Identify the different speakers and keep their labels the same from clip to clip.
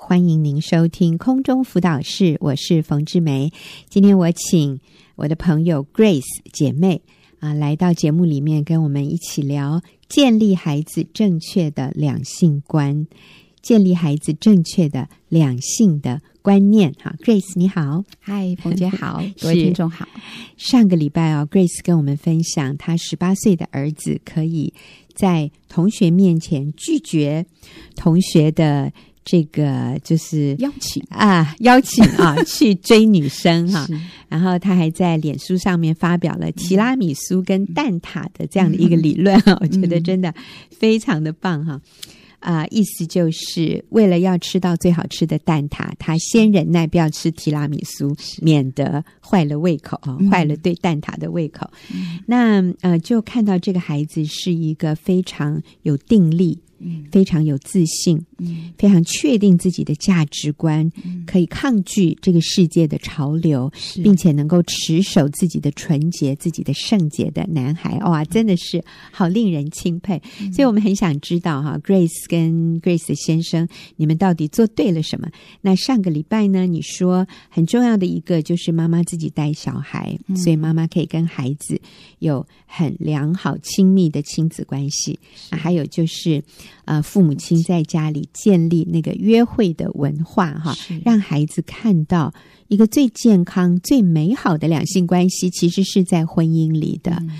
Speaker 1: 欢迎您收听空中辅导室，我是冯志梅。今天我请我的朋友 Grace 姐妹啊来到节目里面，跟我们一起聊建立孩子正确的两性观，建立孩子正确的两性的观念。好，Grace 你好，
Speaker 2: 嗨，
Speaker 1: 嗯
Speaker 2: 冯姐好，各位听众好。
Speaker 1: 上个礼拜哦，Grace 跟我们分享，她十八岁的儿子可以在同学面前拒绝同学的。这个就是
Speaker 2: 邀请
Speaker 1: 啊，邀请啊，去追女生哈、
Speaker 2: 是
Speaker 1: 然后他还在脸书上面发表了提拉米苏跟蛋挞的这样的一个理论
Speaker 2: 嗯
Speaker 1: 哈，我觉得真的非常的棒哈。啊、意思就是为了要吃到最好吃的蛋挞，他先忍耐，不要吃提拉米苏，免得坏了胃口啊，
Speaker 2: 嗯
Speaker 1: 坏了对蛋挞的胃口。那呃，就看到这个孩子是一个非常有定力，
Speaker 2: 嗯
Speaker 1: 非常有自信，
Speaker 2: 嗯
Speaker 1: 非常确定自己的价值观，可以抗拒这个世界的潮流，
Speaker 2: 是
Speaker 1: 并且能够持守自己的纯洁、自己的圣洁的男孩，哇，真的是好令人钦佩。所以我们很想知道哈，Grace 跟 Grace 的先生，你们到底做对了什么？那上个礼拜呢，你说很重要的一个就是妈妈自己带小孩，所以妈妈可以跟孩子有很良好亲密的亲子关系。啊还有就是，呃，父母亲在家里建立那个约会的文化哈，
Speaker 2: 是
Speaker 1: 让孩子看到一个最健康、最美好的两性关系，其实是在婚姻里的
Speaker 2: 嗯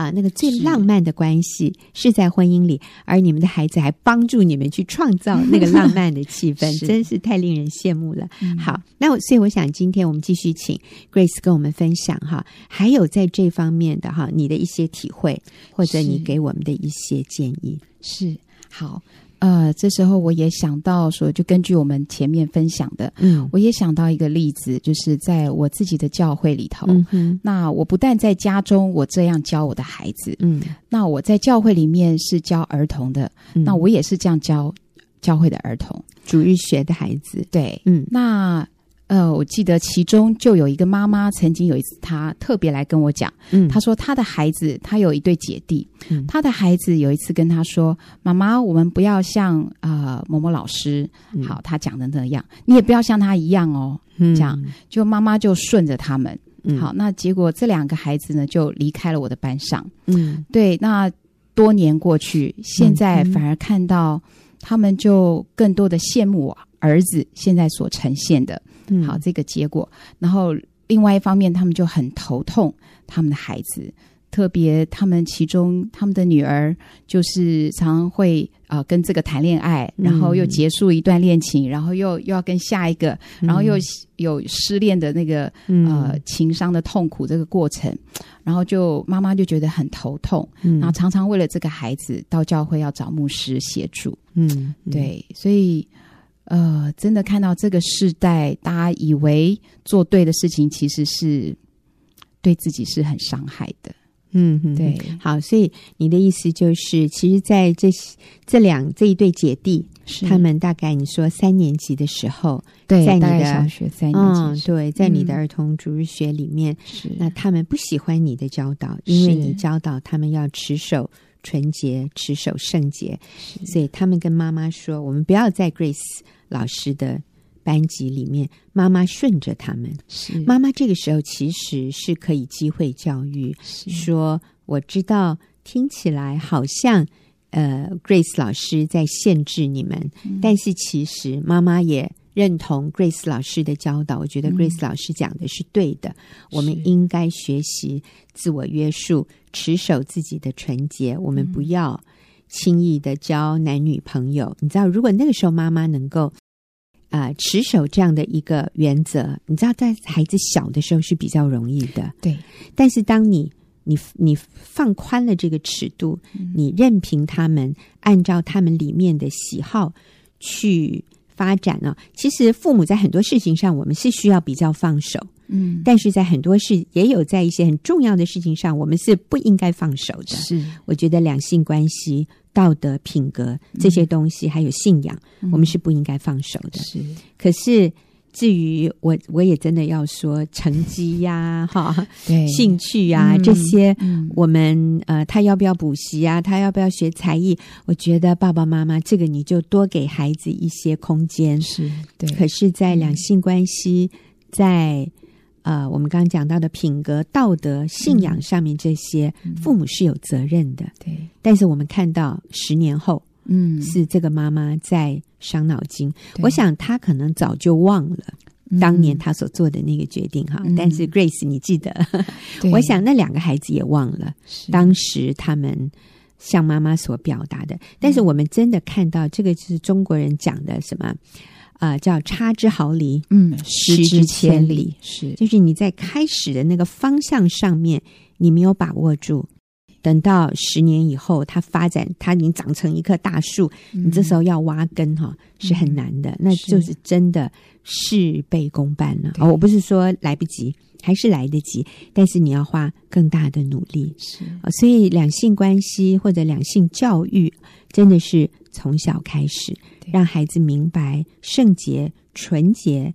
Speaker 1: 啊、那个最浪漫的关系是在婚姻里，而你们的孩子还帮助你们去创造那个浪漫的气氛，
Speaker 2: 是嗯
Speaker 1: 真是太令人羡慕了。好，那我所以我想今天我们继续请 Grace 跟我们分享哈，还有在这方面的哈你的一些体会，或者你
Speaker 2: 是
Speaker 1: 给我们的一些建议。
Speaker 2: 是好。呃，这时候我也想到说，就根据我们前面分享的，
Speaker 1: 嗯
Speaker 2: 我也想到一个例子，就是在我自己的教会里头。
Speaker 1: 嗯哼，
Speaker 2: 那我不但在家中我这样教我的孩子，
Speaker 1: 嗯，
Speaker 2: 那我在教会里面是教儿童的，那我也是这样教教会的儿童。
Speaker 1: 主日学的孩子，
Speaker 2: 对，
Speaker 1: 嗯
Speaker 2: 那呃，我记得其中就有一个妈妈，曾经有一次她特别来跟我讲，
Speaker 1: 嗯，
Speaker 2: 她说她的孩子，她有一对姐弟，
Speaker 1: 嗯
Speaker 2: 她的孩子有一次跟她说：“妈妈，我们不要像呃某某老师，
Speaker 1: 嗯
Speaker 2: 好，他讲的那样，你也不要像他一样哦。
Speaker 1: 嗯
Speaker 2: 这样，就妈妈就顺着他们，
Speaker 1: 嗯
Speaker 2: 好，，那结果这两个孩子呢就离开了我的班上。
Speaker 1: 嗯
Speaker 2: 对，那多年过去，现在
Speaker 1: 嗯
Speaker 2: 反而看到他们就更多的羡慕我儿子现在所呈现的
Speaker 1: 嗯，
Speaker 2: 好这个结果。然后另外一方面，他们就很头痛他们的孩子，特别他们其中他们的女儿就是常常会呃跟这个谈恋爱，
Speaker 1: 嗯
Speaker 2: 然后又结束一段恋情，然后又又要跟下一个，
Speaker 1: 嗯，
Speaker 2: 然后又有失恋的那个呃
Speaker 1: 嗯，
Speaker 2: 情伤的痛苦这个过程，然后就妈妈就觉得很头痛，
Speaker 1: 嗯
Speaker 2: 然后常常为了这个孩子到教会要找牧师协助。
Speaker 1: 嗯，嗯，
Speaker 2: 对，所以呃，真的看到这个世代，大家以为做对的事情，其实是对自己是很伤害的。
Speaker 1: 嗯嗯，
Speaker 2: 对，
Speaker 1: 好，所以你的意思就是，其实，在这这两这一对姐弟，
Speaker 2: 是
Speaker 1: 他们大概你说三年级的时候，
Speaker 2: 对
Speaker 1: 在你
Speaker 2: 大概
Speaker 1: 的
Speaker 2: 小学三年
Speaker 1: 嗯，
Speaker 2: 级
Speaker 1: 对，在你的
Speaker 2: 嗯
Speaker 1: 儿童主日学里面，
Speaker 2: 是
Speaker 1: 那他们不喜欢你的教导，因为
Speaker 2: 是
Speaker 1: 你教导他们要持守纯洁、持守圣洁，所以他们跟妈妈说：“我们不要在 Grace 老师的班级里面。”妈妈顺着他们，
Speaker 2: 是
Speaker 1: 妈妈这个时候其实是可以机会教育，说：“我知道，听起来好像。”呃，Grace 老师在限制你们，但是其实妈妈也认同 Grace 老师的教导，我觉得 Grace 老师讲的是对的，我们应该学习自我约束，持守自己的纯洁，我们不要轻易的交男女朋友。你知道，如果那个时候妈妈能够。啊、持守这样的一个原则，你知道，在孩子小的时候是比较容易的，
Speaker 2: 对
Speaker 1: 但是当你你你放宽了这个尺度，你任凭他们按照他们里面的喜好去发展啊、其实父母在很多事情上，我们是需要比较放手，
Speaker 2: 嗯
Speaker 1: 但是在很多事也有在一些很重要的事情上，我们是不应该放手的。
Speaker 2: 是
Speaker 1: 我觉得两性关系、道德、
Speaker 2: 嗯
Speaker 1: 品格这些东西，还有信仰，我们是不应该放手的。
Speaker 2: 是
Speaker 1: 可是至于我，我也真的要说成绩呀、哈、
Speaker 2: 对，
Speaker 1: 兴趣呀、
Speaker 2: 嗯
Speaker 1: 这些，
Speaker 2: 嗯
Speaker 1: 我们呃，他要不要补习啊？他要不要学才艺？我觉得爸爸妈妈这个你就多给孩子一些空间。
Speaker 2: 是对，
Speaker 1: 可是，在两性关系，在呃，我们刚刚讲到的品格、道德、信仰上面这些，
Speaker 2: 嗯
Speaker 1: 父母是有责任的。
Speaker 2: 对，
Speaker 1: 但是我们看到十年后
Speaker 2: 嗯，
Speaker 1: 是这个妈妈在伤脑筋，
Speaker 2: 对
Speaker 1: 我想她可能早就忘了
Speaker 2: 嗯
Speaker 1: 当年她所做的那个决定哈。
Speaker 2: 嗯
Speaker 1: 但是 Grace，你记得？
Speaker 2: 对
Speaker 1: 我想那两个孩子也忘了。
Speaker 2: 是
Speaker 1: 当时他们向妈妈所表达的。但是我们真的看到，这个就是中国人讲的什么？啊、叫差之毫厘，
Speaker 2: 嗯，
Speaker 1: 失
Speaker 2: 失
Speaker 1: 之
Speaker 2: 之
Speaker 1: 千
Speaker 2: 千
Speaker 1: 里
Speaker 2: 里是
Speaker 1: 就是你在开始的那个方向上面，你没有把握住。等到十年以后，它发展，它已经长成一棵大树，你这时
Speaker 2: 候
Speaker 1: 候要挖根哈、是很难的，那
Speaker 2: 嗯是
Speaker 1: 就是真的事倍功半了。
Speaker 2: 对
Speaker 1: 哦，我不是说来不及，还是来得及，但是你要花更大的努力。
Speaker 2: 是
Speaker 1: 啊，所以两性关系或者两性教育，真的是从小开始，
Speaker 2: 对
Speaker 1: 让孩子明白圣洁、纯洁，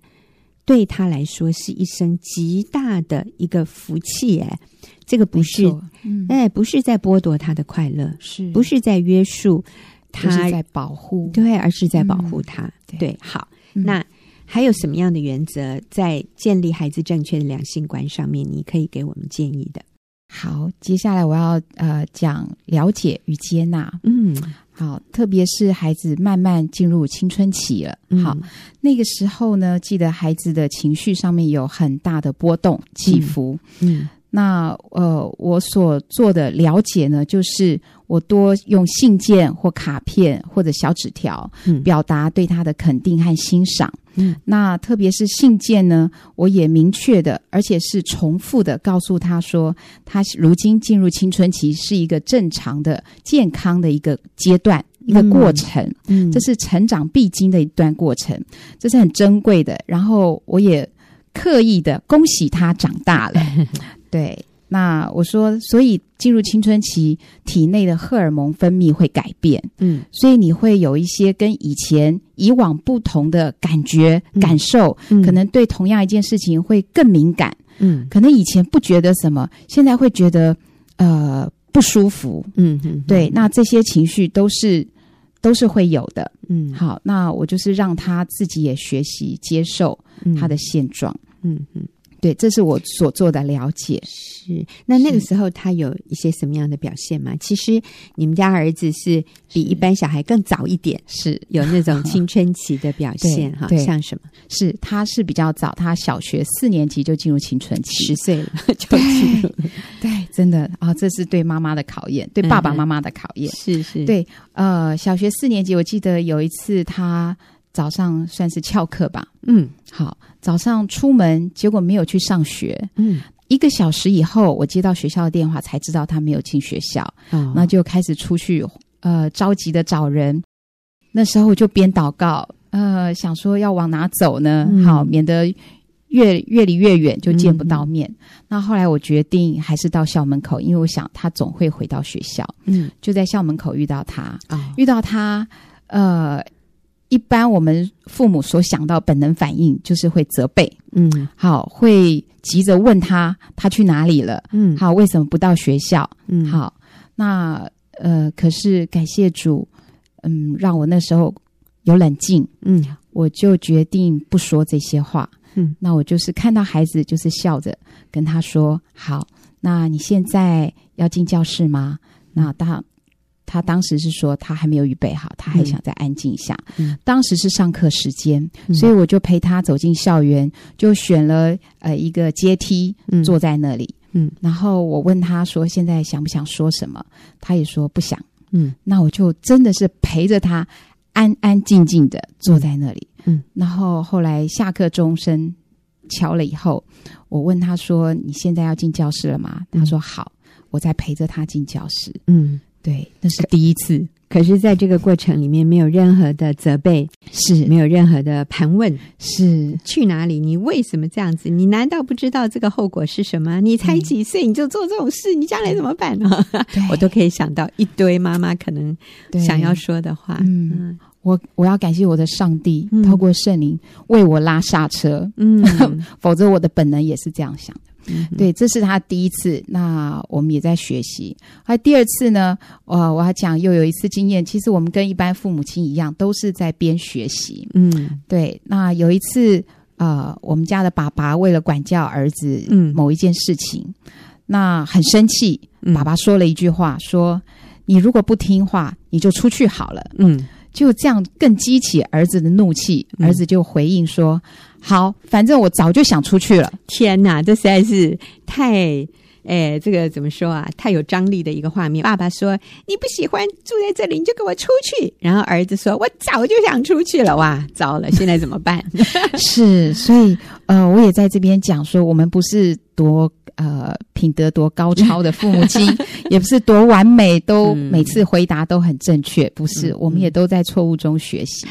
Speaker 1: 对他来说是一生极大的一个福气。哎，这个不
Speaker 2: 没
Speaker 1: 是，
Speaker 2: 错嗯，
Speaker 1: 哎，不是在剥夺他的快乐，
Speaker 2: 是
Speaker 1: 不是在约束
Speaker 2: 就
Speaker 1: 他
Speaker 2: 是，在保护？
Speaker 1: 对，而是在保护他。
Speaker 2: 对
Speaker 1: 对，好，
Speaker 2: 嗯
Speaker 1: 那。还有什么样的原则在建立孩子正确的两性观上面，你可以给我们建议的？
Speaker 2: 好，接下来我要呃讲了解与接纳。
Speaker 1: 嗯，
Speaker 2: 好，特别是孩子慢慢进入青春期了，好
Speaker 1: 嗯，，
Speaker 2: 那个时候呢，记得孩子的情绪上面有很大的波动起伏。
Speaker 1: 嗯
Speaker 2: 那呃，我所做的了解呢，就是我多用信件或卡片或者小纸条
Speaker 1: 嗯，
Speaker 2: 表达对他的肯定和欣赏。
Speaker 1: 嗯，
Speaker 2: 那特别是信件呢，我也明确的，而且是重复的告诉他说，他如今进入青春期是一个正常的、健康的一个阶段。一个过程，
Speaker 1: 嗯，
Speaker 2: 这是成长必经的一段过程，这是很珍贵的。然后我也刻意的恭喜他长大了。对，那我说，所以进入青春期，体内的荷尔蒙分泌会改变，
Speaker 1: 嗯
Speaker 2: 所以你会有一些跟以前以往不同的感觉、
Speaker 1: 嗯
Speaker 2: 感受，
Speaker 1: 嗯
Speaker 2: 可能对同样一件事情会更敏感，
Speaker 1: 嗯
Speaker 2: 可能以前不觉得什么，现在会觉得呃不舒服。
Speaker 1: 嗯嗯，
Speaker 2: 对，那这些情绪都是都是会有的。
Speaker 1: 嗯
Speaker 2: 好，那我就是让他自己也学习接受
Speaker 1: 嗯
Speaker 2: 他的现状。
Speaker 1: 嗯嗯
Speaker 2: 对，这是我所做的了解。
Speaker 1: 是。那那个
Speaker 2: 是
Speaker 1: 时候他有一些什么样的表现吗？其实你们家儿子是比一般小孩更早一点，
Speaker 2: 是
Speaker 1: 有那种青春期的表现哈，
Speaker 2: 对对
Speaker 1: 像什么
Speaker 2: 是，他是比较早，他小学四年级就进入青春
Speaker 1: 十
Speaker 2: 期。
Speaker 1: 岁了就进入了，
Speaker 2: 对，真的啊，这是对妈妈的考验，对爸爸妈妈的考验。
Speaker 1: 是是，
Speaker 2: 对嗯呃，小学四年级，我记得有一次他早上算是翘课吧，
Speaker 1: 嗯
Speaker 2: 好，早上出门结果没有去上学。
Speaker 1: 嗯，
Speaker 2: 一个小时以后，我接到学校的电话，才知道他没有进学校。
Speaker 1: 哦
Speaker 2: 那就开始出去呃着急的找人。那时候我就边祷告，呃，想说要往哪走呢？
Speaker 1: 嗯
Speaker 2: 好，免得越越离越远就见不到面。那后来我决定还是到校门口，因为我想他总会回到学校。
Speaker 1: 嗯
Speaker 2: 就在校门口遇到他，
Speaker 1: 啊
Speaker 2: 遇到他，呃，一般我们父母所想到本能反应就是会责备，
Speaker 1: 嗯
Speaker 2: 好，会急着问他他去哪里了，
Speaker 1: 嗯
Speaker 2: 好，为什么不到学校？
Speaker 1: 嗯
Speaker 2: 好，那呃，可是感谢主，嗯，让我那时候有冷静，
Speaker 1: 嗯
Speaker 2: 我就决定不说这些话。
Speaker 1: 嗯，
Speaker 2: 那我就是看到孩子，就是笑着跟他说：“好，那你现在要进教室吗？”
Speaker 1: 嗯
Speaker 2: 那他他当时是说他还没有预备好，他还
Speaker 1: 嗯
Speaker 2: 想再安静一下。
Speaker 1: 嗯
Speaker 2: 当时是上课时间，
Speaker 1: 嗯
Speaker 2: 所以我就陪他走进校园，就选了呃一个阶梯，
Speaker 1: 嗯
Speaker 2: 坐在那里。
Speaker 1: 嗯，
Speaker 2: 然后我问他说：“现在想不想说什么？”他也说不想。
Speaker 1: 嗯，
Speaker 2: 那我就真的是陪着他，安安静静的坐在那里。
Speaker 1: 嗯，
Speaker 2: 然后后来下课钟声敲了以后，我问他说：“你现在要进教室了吗？”
Speaker 1: 嗯
Speaker 2: 他说：“好。”我在陪着他进教室。
Speaker 1: 嗯。
Speaker 2: 对，那是第一次。
Speaker 1: 可是，在这个过程里面，没有任何的责备，
Speaker 2: 是
Speaker 1: 没有任何的盘问，
Speaker 2: 是，
Speaker 1: 去哪里？你为什么这样子？你难道不知道这个后果是什么？你才几岁你就做这种事，你将来怎么办呢？
Speaker 2: 对
Speaker 1: 我都可以想到一堆妈妈可能
Speaker 2: 对
Speaker 1: 想要说的话。
Speaker 2: 嗯，我我要感谢我的上帝，
Speaker 1: 嗯
Speaker 2: 透过圣灵为我拉刹车，
Speaker 1: 嗯，
Speaker 2: 否则我的本能也是这样想的。
Speaker 1: 嗯
Speaker 2: 对，这是他第一次，那我们也在学习。还第二次呢，呃，我要讲又有一次经验，其实我们跟一般父母亲一样，都是在边学习。
Speaker 1: 嗯
Speaker 2: 对，那有一次，呃，我们家的爸爸为了管教儿子
Speaker 1: 嗯
Speaker 2: 某一件事情，那很生气，
Speaker 1: 嗯
Speaker 2: 爸，爸说了一句话，说：“你如果不听话，你就出去好了。”
Speaker 1: 嗯
Speaker 2: 就这样更激起儿子的怒气，
Speaker 1: 嗯
Speaker 2: 儿子就回应说：“好，反正我早就想出去了。
Speaker 1: 天哪，这实在是太。哎，这个怎么说啊？太有张力的一个画面。爸爸说：“你不喜欢住在这里，你就给我出去。”然后儿子说：“我早就想出去了。”哇，糟了，现在怎么办？
Speaker 2: 是，所以呃，我也在这边讲说，我们不是多呃品德多高超的父母 亲，也不是多完美，都、
Speaker 1: 嗯
Speaker 2: 每次回答都很正确，不是，
Speaker 1: 嗯
Speaker 2: 我们也都在错误中学 习。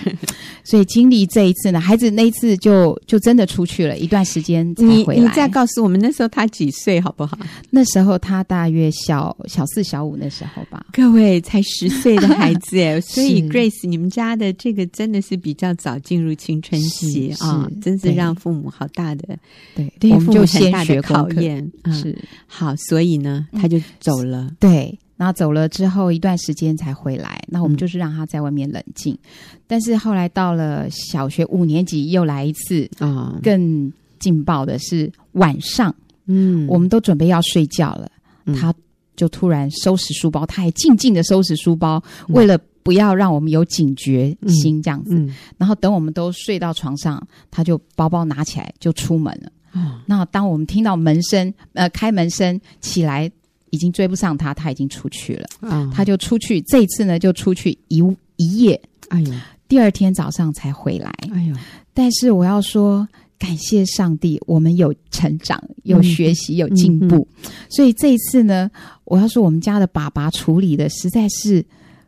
Speaker 2: 所以经历这一次呢，孩子那一次就就真的出去了一段时间才
Speaker 1: 你
Speaker 2: 回
Speaker 1: 你
Speaker 2: 来。
Speaker 1: 再告诉我们那时候他几岁好不好？
Speaker 2: 那时候他大约小小四小五那时候吧。
Speaker 1: 各位才十岁的孩子哎，所以
Speaker 2: 是
Speaker 1: Grace，你们家的这个真的是比较早进入青春期
Speaker 2: 是
Speaker 1: 啊、
Speaker 2: 是
Speaker 1: 真是
Speaker 2: 对
Speaker 1: 让父母好大的，
Speaker 2: 对，
Speaker 1: 对
Speaker 2: 我们
Speaker 1: 父
Speaker 2: 就
Speaker 1: 母很
Speaker 2: 先
Speaker 1: 大的
Speaker 2: 学功
Speaker 1: 考
Speaker 2: 课。
Speaker 1: 验。嗯，
Speaker 2: 是，
Speaker 1: 好，所以呢，他就走了。
Speaker 2: 对。然后走了之后一段时间才回来，那我
Speaker 1: 嗯
Speaker 2: 们就是让他在外面冷静。但是后来到了小学五年级又来一次，
Speaker 1: 啊、
Speaker 2: 更劲爆的是晚上，
Speaker 1: 嗯
Speaker 2: 我们都准备要睡觉了，
Speaker 1: 嗯
Speaker 2: 他就突然收拾书包，他还静静的收拾书包，
Speaker 1: 嗯
Speaker 2: 为了不要让我们有警觉心这样子。
Speaker 1: 嗯
Speaker 2: 然后等我们都睡到床上，他就包包拿起来就出门了。
Speaker 1: 哦
Speaker 2: 那当我们听到门声，呃，开门声起来，已经追不上他，他已经出去了，
Speaker 1: 啊，
Speaker 2: 他就出去。这一次呢，就出去一一夜，
Speaker 1: 哎呦
Speaker 2: 第二天早上才回来。
Speaker 1: 哎呦，
Speaker 2: 但是我要说，感谢上帝，我们有成长，有学习，有进
Speaker 1: 嗯
Speaker 2: 步。所以这一次呢，我要说，我们家的爸爸处理的实在是。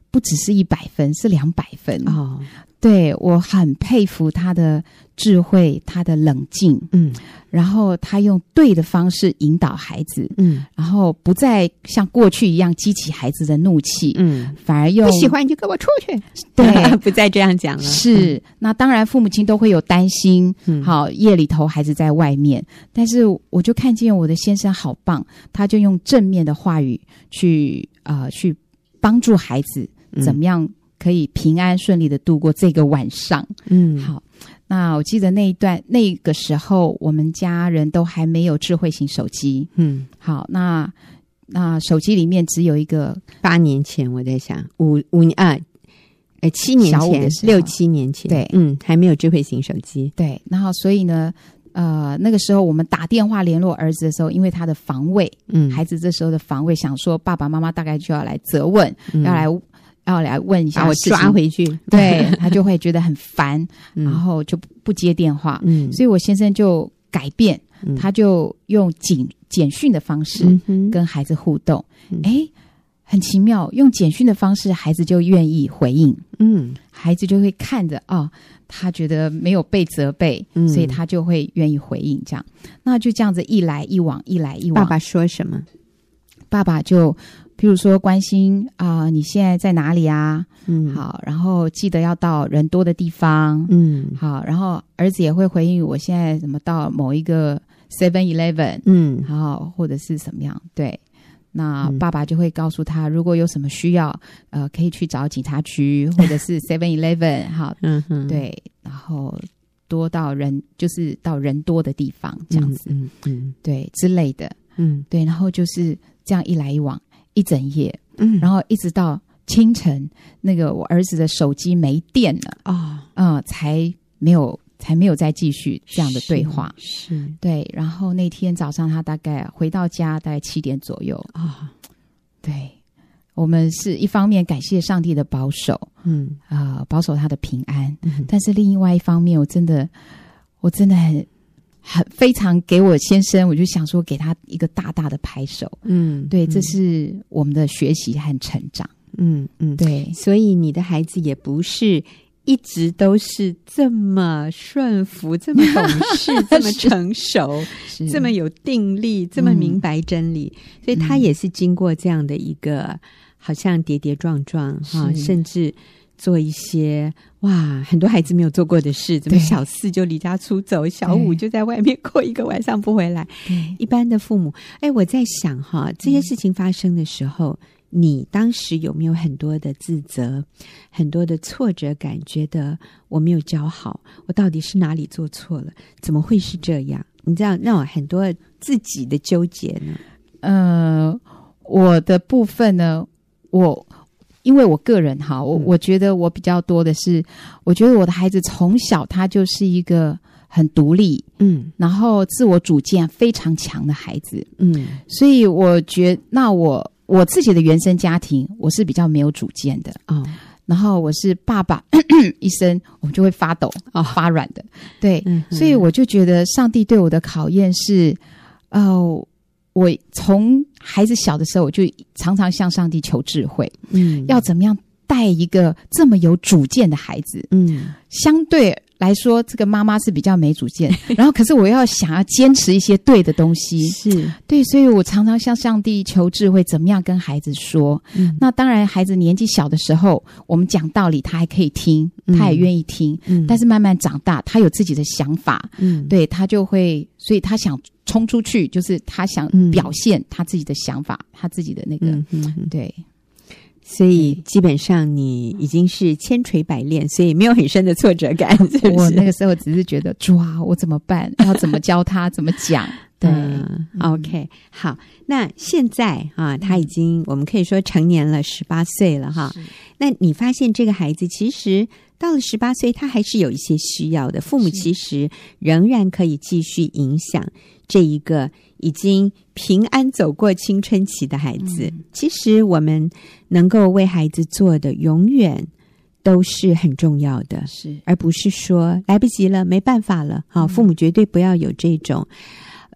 Speaker 2: 不只是一百分，是两百分啊！
Speaker 1: 哦
Speaker 2: 对我很佩服他的智慧，他的冷静，
Speaker 1: 嗯
Speaker 2: 然后他用对的方式引导孩子，
Speaker 1: 嗯
Speaker 2: 然后不再像过去一样激起孩子的怒气，
Speaker 1: 嗯，
Speaker 2: 反而用
Speaker 1: 不喜欢你就跟我出去。
Speaker 2: 对
Speaker 1: 不再这样讲了。
Speaker 2: 是那当然，父母亲都会有担心。
Speaker 1: 嗯，
Speaker 2: 好，夜里头孩子在外面，但是我就看见我的先生好棒，他就用正面的话语去呃去帮助孩子
Speaker 1: 嗯
Speaker 2: 怎么样可以平安顺利的度过这个晚上。
Speaker 1: 嗯
Speaker 2: 好，那我记得那一段那个时候，我们家人都还没有智慧型手机。
Speaker 1: 嗯，
Speaker 2: 好，那那手机里面只有一个
Speaker 1: 八年前我在想，五五年啊，呃，七年
Speaker 2: 小五
Speaker 1: 前
Speaker 2: 的时，候
Speaker 1: 六七年前，
Speaker 2: 对
Speaker 1: 嗯，还没有智慧型手机，
Speaker 2: 对，然后所以呢。呃，那个时候我们打电话联络儿子的时候，因为他的防卫，
Speaker 1: 嗯，
Speaker 2: 孩子这时候的防卫，想说爸爸妈妈大概就要来责问，要来要来问一
Speaker 1: 嗯把
Speaker 2: 下
Speaker 1: 我
Speaker 2: 事情
Speaker 1: 抓，回去，
Speaker 2: 对他就会觉得很烦，
Speaker 1: 嗯，
Speaker 2: 然后就不不接电话，
Speaker 1: 嗯，
Speaker 2: 所以我先生就改变，
Speaker 1: 嗯
Speaker 2: 他就用简简讯的方式，
Speaker 1: 嗯哼
Speaker 2: 跟孩子互动
Speaker 1: 嗯，
Speaker 2: 哎、很奇妙，用简讯的方式，孩子就愿意回应，
Speaker 1: 嗯
Speaker 2: 孩子就会看着啊、哦他觉得没有被责备，
Speaker 1: 嗯
Speaker 2: 所以他就会愿意回应，这样，那就这样子一来一往，一来一
Speaker 1: 爸
Speaker 2: 往，
Speaker 1: 爸说什么？
Speaker 2: 爸爸就。譬如说关心啊、你现在在哪里啊？
Speaker 1: 嗯，，
Speaker 2: 好，然后记得要到人多的地方。
Speaker 1: 嗯
Speaker 2: 好，然后儿子也会回应我现在怎么到某一个 Seven Eleven，
Speaker 1: 嗯
Speaker 2: 然后或者是怎么样？对，那
Speaker 1: 嗯
Speaker 2: 爸爸就会告诉他，如果有什么需要，呃，可以去找警察局或 者是 Seven Eleven，好，
Speaker 1: 嗯哼，
Speaker 2: 对，然后多到人就是到人多的地方这样子，
Speaker 1: 嗯嗯
Speaker 2: 对之类的，
Speaker 1: 嗯
Speaker 2: 对，然后就是这样一来一往一整夜，
Speaker 1: 嗯，
Speaker 2: 然后一直到清晨，那个我儿子的手机没电了。
Speaker 1: 后啊，
Speaker 2: 嗯，才没有才没有再继续这样的对话。
Speaker 1: 是是
Speaker 2: 对，然后那天早上他大概回到家，大概七点左右。
Speaker 1: 啊，
Speaker 2: 对，我们是一方面感谢上帝的保守，
Speaker 1: 嗯
Speaker 2: 啊，保守他的平安，
Speaker 1: 嗯
Speaker 2: 但是另外一方面，我真的，我真的很很非常给我先生，我就想说给他一个大大的拍手。
Speaker 1: 嗯，
Speaker 2: 对，这
Speaker 1: 嗯
Speaker 2: 是我们的学习和成长。
Speaker 1: 嗯嗯，
Speaker 2: 对，
Speaker 1: 所以你的孩子也不是。一直都是这么顺服，这么懂 事，这么成熟，
Speaker 2: 是嗯
Speaker 1: 这么有定力，这么明白真理，所以他也是经过这样的一个好像跌跌撞撞哈、
Speaker 2: 是
Speaker 1: 甚至做一些哇，很多孩子没有做过的事，怎么
Speaker 2: 对
Speaker 1: 小四就离家出走，小五就在外面过一个晚上不回来。
Speaker 2: 对
Speaker 1: 一般的父母，哎，我在想哈，这些事情发生的时候，你当时有没有很多的自责，很多的挫折感，觉得我没有教好，我到底是哪里做错了？怎么会是这样？你知道，那我很多自己的纠结呢。
Speaker 2: 呃，我的部分呢，我因为我个人哈，我、
Speaker 1: 嗯
Speaker 2: 我觉得我比较多的是，我觉得我的孩子从小他就是一个很独立，
Speaker 1: 嗯
Speaker 2: 然后自我主见非常强的孩子，
Speaker 1: 嗯，
Speaker 2: 所以我觉那我我自己的原生家庭我是比较没有主见的，
Speaker 1: 哦
Speaker 2: 然后我是爸爸 一声我就会发抖
Speaker 1: 哦
Speaker 2: 发软的，对，
Speaker 1: 嗯哼，
Speaker 2: 所以我就觉得上帝对我的考验是，呃，我从孩子小的时候，我就常常向上帝求智慧，
Speaker 1: 嗯
Speaker 2: 要怎么样带一个这么有主见的孩子。
Speaker 1: 嗯
Speaker 2: 相对来说，这个妈妈是比较没主 见，然后可是我要想要坚持一些对的东西，
Speaker 1: 是
Speaker 2: 对，所以我常常向上帝求智慧，怎么样跟孩子说。
Speaker 1: 嗯
Speaker 2: 那当然，孩子年纪小的时候，我们讲道理，他还可以听，他也愿意听。
Speaker 1: 嗯，
Speaker 2: 但
Speaker 1: 是
Speaker 2: 是慢慢长大，他有自己的想法，
Speaker 1: 嗯
Speaker 2: 对他就会，所以他想冲出去，就是他想
Speaker 1: 嗯
Speaker 2: 表现他自己的想法，他自己的那个，
Speaker 1: 嗯嗯嗯
Speaker 2: 对
Speaker 1: 所以基本上你已经是千锤百炼，所以没有很深的挫折感，是不是？
Speaker 2: 我那个时候只是觉得，哇，我怎么办？要怎么教他？怎么 讲？对，
Speaker 1: 嗯 OK，好，那现在啊，他已经我们可以说成年了，十八岁了哈。那你发现这个孩子其实到了十八岁，他还是有一些需要的，父母
Speaker 2: 是
Speaker 1: 其实仍然可以继续影响这一个已经平安走过青春期的孩子。其实我们能够为孩子做的，永远都是很重要的。
Speaker 2: 是
Speaker 1: 而不是说来不及了，没办法了。好、
Speaker 2: 嗯
Speaker 1: 父母绝对不要有这种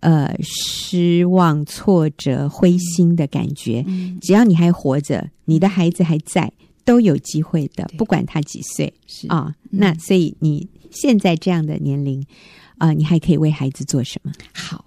Speaker 1: 呃失望、挫折、灰心的感觉。
Speaker 2: 嗯
Speaker 1: 只要你还活着，你的孩子还在，都有机会的，
Speaker 2: 对
Speaker 1: 不管他几岁
Speaker 2: 是
Speaker 1: 啊、那
Speaker 2: 嗯
Speaker 1: 所以你现在这样的年龄啊、你还可以为孩子做什么？
Speaker 2: 好。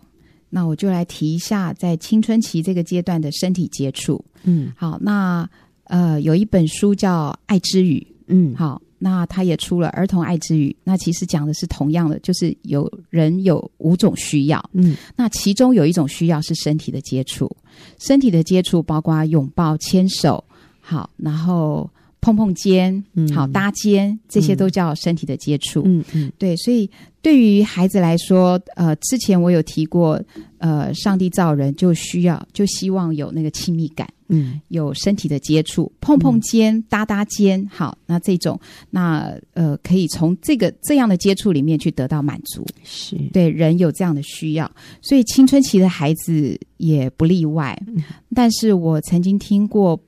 Speaker 2: 那我就来提一下，在青春期这个阶段的身体接触。
Speaker 1: 嗯
Speaker 2: 好，那呃，有一本书叫《爱之语》，
Speaker 1: 嗯
Speaker 2: 好，那他也出了《儿童爱之语》，那其实讲的是同样的，就是有人有五种需要，
Speaker 1: 嗯
Speaker 2: 那其中有一种需要是身体的接触，身体的接触包括拥抱、牵手，好，然后碰碰肩，
Speaker 1: 嗯
Speaker 2: 好搭肩，这些都叫身体的接触。
Speaker 1: 嗯嗯
Speaker 2: 对，所以对于孩子来说，呃，之前我有提过，呃，上帝造人就需要就希望有那个亲密感。
Speaker 1: 嗯
Speaker 2: 有身体的接触，碰碰肩、搭搭肩，好，那这种，那呃，可以从这个这样的接触里面去得到满足。
Speaker 1: 是
Speaker 2: 对人有这样的需要，所以青春期的孩子也不例外。但是我曾经听过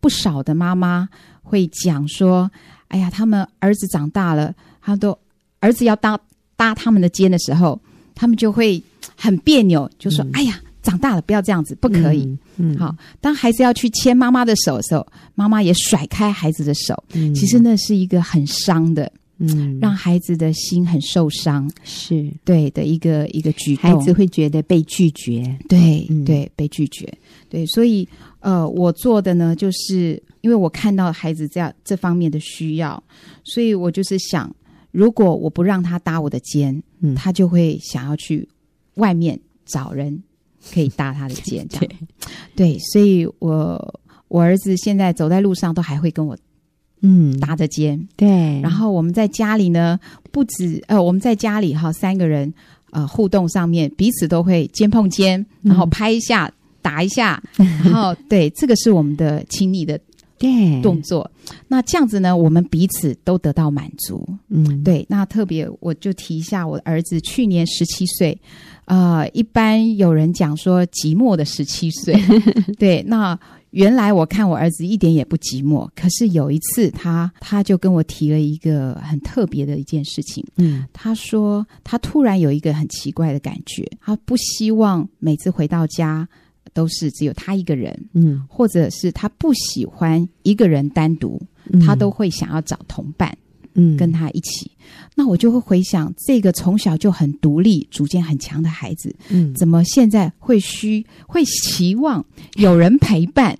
Speaker 2: 不少的妈妈会讲说：“哎呀，他们儿子长大了，他都儿子要搭搭他们的肩的时候，他们就会很别扭，就说：‘
Speaker 1: 嗯
Speaker 2: 哎呀，长大了不要这样子，不可以。’
Speaker 1: 嗯，嗯
Speaker 2: 好，当孩子要去牵妈妈的手的时候，妈妈也甩开孩子的手，
Speaker 1: 嗯
Speaker 2: 其实那是一个很伤的，
Speaker 1: 嗯
Speaker 2: 让孩子的心很受伤，
Speaker 1: 是
Speaker 2: 对的一个一个举动。
Speaker 1: 孩子会觉得被拒绝，
Speaker 2: 对
Speaker 1: 嗯
Speaker 2: 对被拒绝，对，所以呃，我做的呢，就是因为我看到孩子这样这方面的需要，所以我就是想，如果我不让他搭我的肩，
Speaker 1: 嗯
Speaker 2: 他就会想要去外面找人可以搭他的肩， 这样对，所以我我儿子现在走在路上都还会跟我
Speaker 1: 嗯，
Speaker 2: 搭着肩，
Speaker 1: 对，
Speaker 2: 然后我们在家里呢，不止呃，我们在家里哈三个人呃互动上面彼此都会肩碰肩，
Speaker 1: 嗯
Speaker 2: 然后拍一下、打一 下，然后对，这个是我们的亲密的
Speaker 1: 嗯对
Speaker 2: 动作。那这样子呢，我们彼此都得到满足。
Speaker 1: 嗯，
Speaker 2: 对，那特别我就提一下我儿子去年十七岁，呃，一般有人讲说寂寞的十七 岁，对，那原来我看我儿子一点也不寂寞，可是有一次他他就跟我提了一个很特别的一件事情，
Speaker 1: 嗯
Speaker 2: 他说他突然有一个很奇怪的感觉，他不希望每次回到家都是只有他一个人，
Speaker 1: 嗯，
Speaker 2: 或者是他不喜欢一个人单独，
Speaker 1: 嗯
Speaker 2: 他都会想要找同伴。
Speaker 1: 嗯
Speaker 2: 跟他一起。那我就会回想，这个从小就很独立、主见很强的孩子，
Speaker 1: 嗯
Speaker 2: 怎么现在 会需会期望有人陪伴？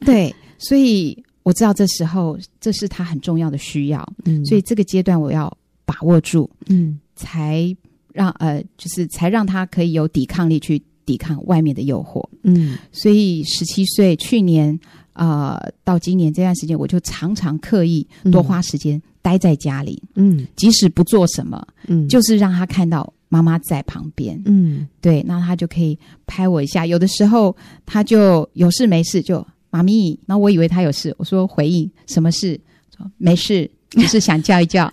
Speaker 2: 对，所以。我知道这时候这是他很重要的需要，
Speaker 1: 嗯
Speaker 2: 所以这个阶段我要把握住，
Speaker 1: 嗯
Speaker 2: 才让呃，就是才让他可以有抵抗力去抵抗外面的诱惑。
Speaker 1: 嗯
Speaker 2: 所以十七岁去年呃到今年这段时间，我就常常刻意多花时间待在家里，
Speaker 1: 嗯
Speaker 2: 即使不做什么，
Speaker 1: 嗯，
Speaker 2: 就是让他看到妈妈在旁边。
Speaker 1: 嗯
Speaker 2: 对，那他就可以拍我一下。有的时候他就有事没事就妈咪，那我以为他有事，我说回应什么事？说没事，就是想叫一叫。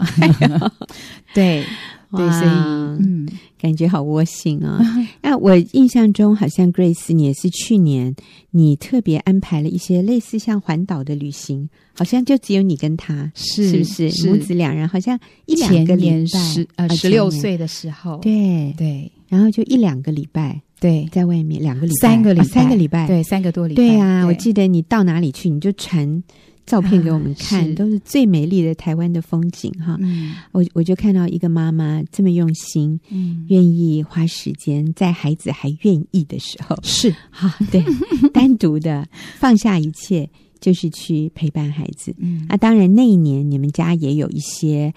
Speaker 2: 对对，所以
Speaker 1: 哇
Speaker 2: 嗯，
Speaker 1: 感觉好窝心啊、那我印象中，好像 Grace 你也是去年你特别安排了一些类似像环岛的旅行，好像就只有你跟他，
Speaker 2: 是
Speaker 1: 不是？母子两人好像一两
Speaker 2: 前
Speaker 1: 个礼
Speaker 2: 年
Speaker 1: 拜，
Speaker 2: 十呃
Speaker 1: 啊
Speaker 2: 十六，
Speaker 1: 前
Speaker 2: 岁的时候，
Speaker 1: 年对，
Speaker 2: 对
Speaker 1: 然后就一两个礼拜
Speaker 2: 对
Speaker 1: 在外面，两个礼拜，
Speaker 2: 三个礼拜
Speaker 1: 哦三个礼拜，
Speaker 2: 对，三个多礼拜。
Speaker 1: 对啊，我记得你到哪里去，你就传照片给我们看，
Speaker 2: 啊是
Speaker 1: 都是最美丽的台湾的风景哈。
Speaker 2: 嗯
Speaker 1: 我我就看到一个妈妈这么用心，
Speaker 2: 嗯
Speaker 1: 愿意花时间在孩子还愿意的时候，
Speaker 2: 是
Speaker 1: 哈、对， 单独的放下一切，就是去陪伴孩子。
Speaker 2: 嗯
Speaker 1: 啊，当然那一年你们家也有一些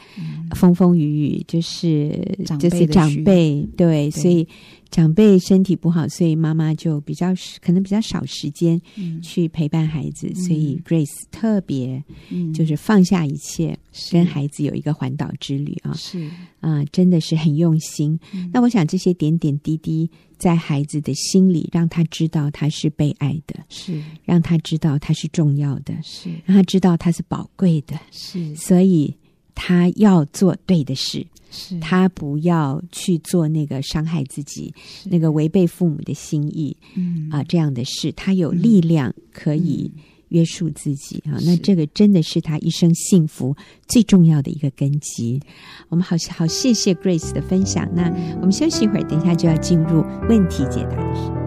Speaker 1: 风风雨雨，就是
Speaker 2: 长
Speaker 1: 就
Speaker 2: 辈
Speaker 1: 是
Speaker 2: 的
Speaker 1: 长
Speaker 2: 需
Speaker 1: 辈对，所以长辈身体不好，所以妈妈就比较可能比较少时间
Speaker 2: 嗯
Speaker 1: 去陪伴孩子，所以 Grace 特别
Speaker 2: 嗯
Speaker 1: 就是放下一切，
Speaker 2: 是
Speaker 1: 跟孩子有一个环岛之旅啊
Speaker 2: 是
Speaker 1: 啊、真的是很用心。
Speaker 2: 嗯
Speaker 1: 那我想这些点点滴滴在孩子的心里，让他知道他是被爱的，
Speaker 2: 是
Speaker 1: 让他知道他是重要的，
Speaker 2: 是
Speaker 1: 让他知道他是宝贵的。
Speaker 2: 是
Speaker 1: 所以他要做对的事，
Speaker 2: 是
Speaker 1: 他不要去做那个伤害自己、那个违背父母的心意
Speaker 2: 嗯
Speaker 1: 啊、这样的事。他有力量可以约束自己啊、那
Speaker 2: 是
Speaker 1: 这个真的是他一生幸福最重要的一个根基。我们好好谢谢 Grace 的分享。那我们休息一会儿，等一下就要进入问题解答的时间。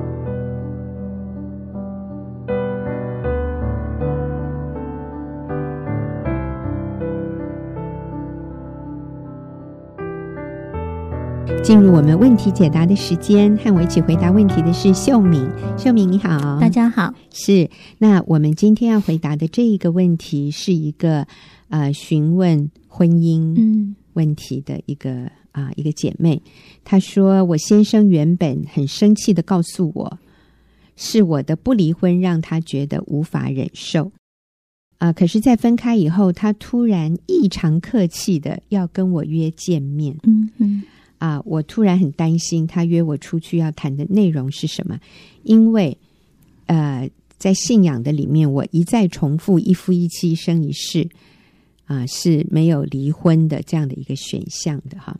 Speaker 1: 进入我们问题解答的时间，和我一起回答问题的是秀敏。秀敏你好，
Speaker 3: 大家好，
Speaker 1: 是，那我们今天要回答的这一个问题是一个呃询问婚姻
Speaker 3: 嗯
Speaker 1: 问题的一个啊、一个姐妹，她说我先生原本很生气的告诉我，是我的不离婚让他觉得无法忍受。啊、可是，在分开以后，他突然异常客气的要跟我约见面。
Speaker 3: 嗯嗯
Speaker 1: 啊，我突然很担心他约我出去要谈的内容是什么，因为呃，在信仰的里面，我一再重复一夫一妻一生一世啊是没有离婚的这样的一个选项的哈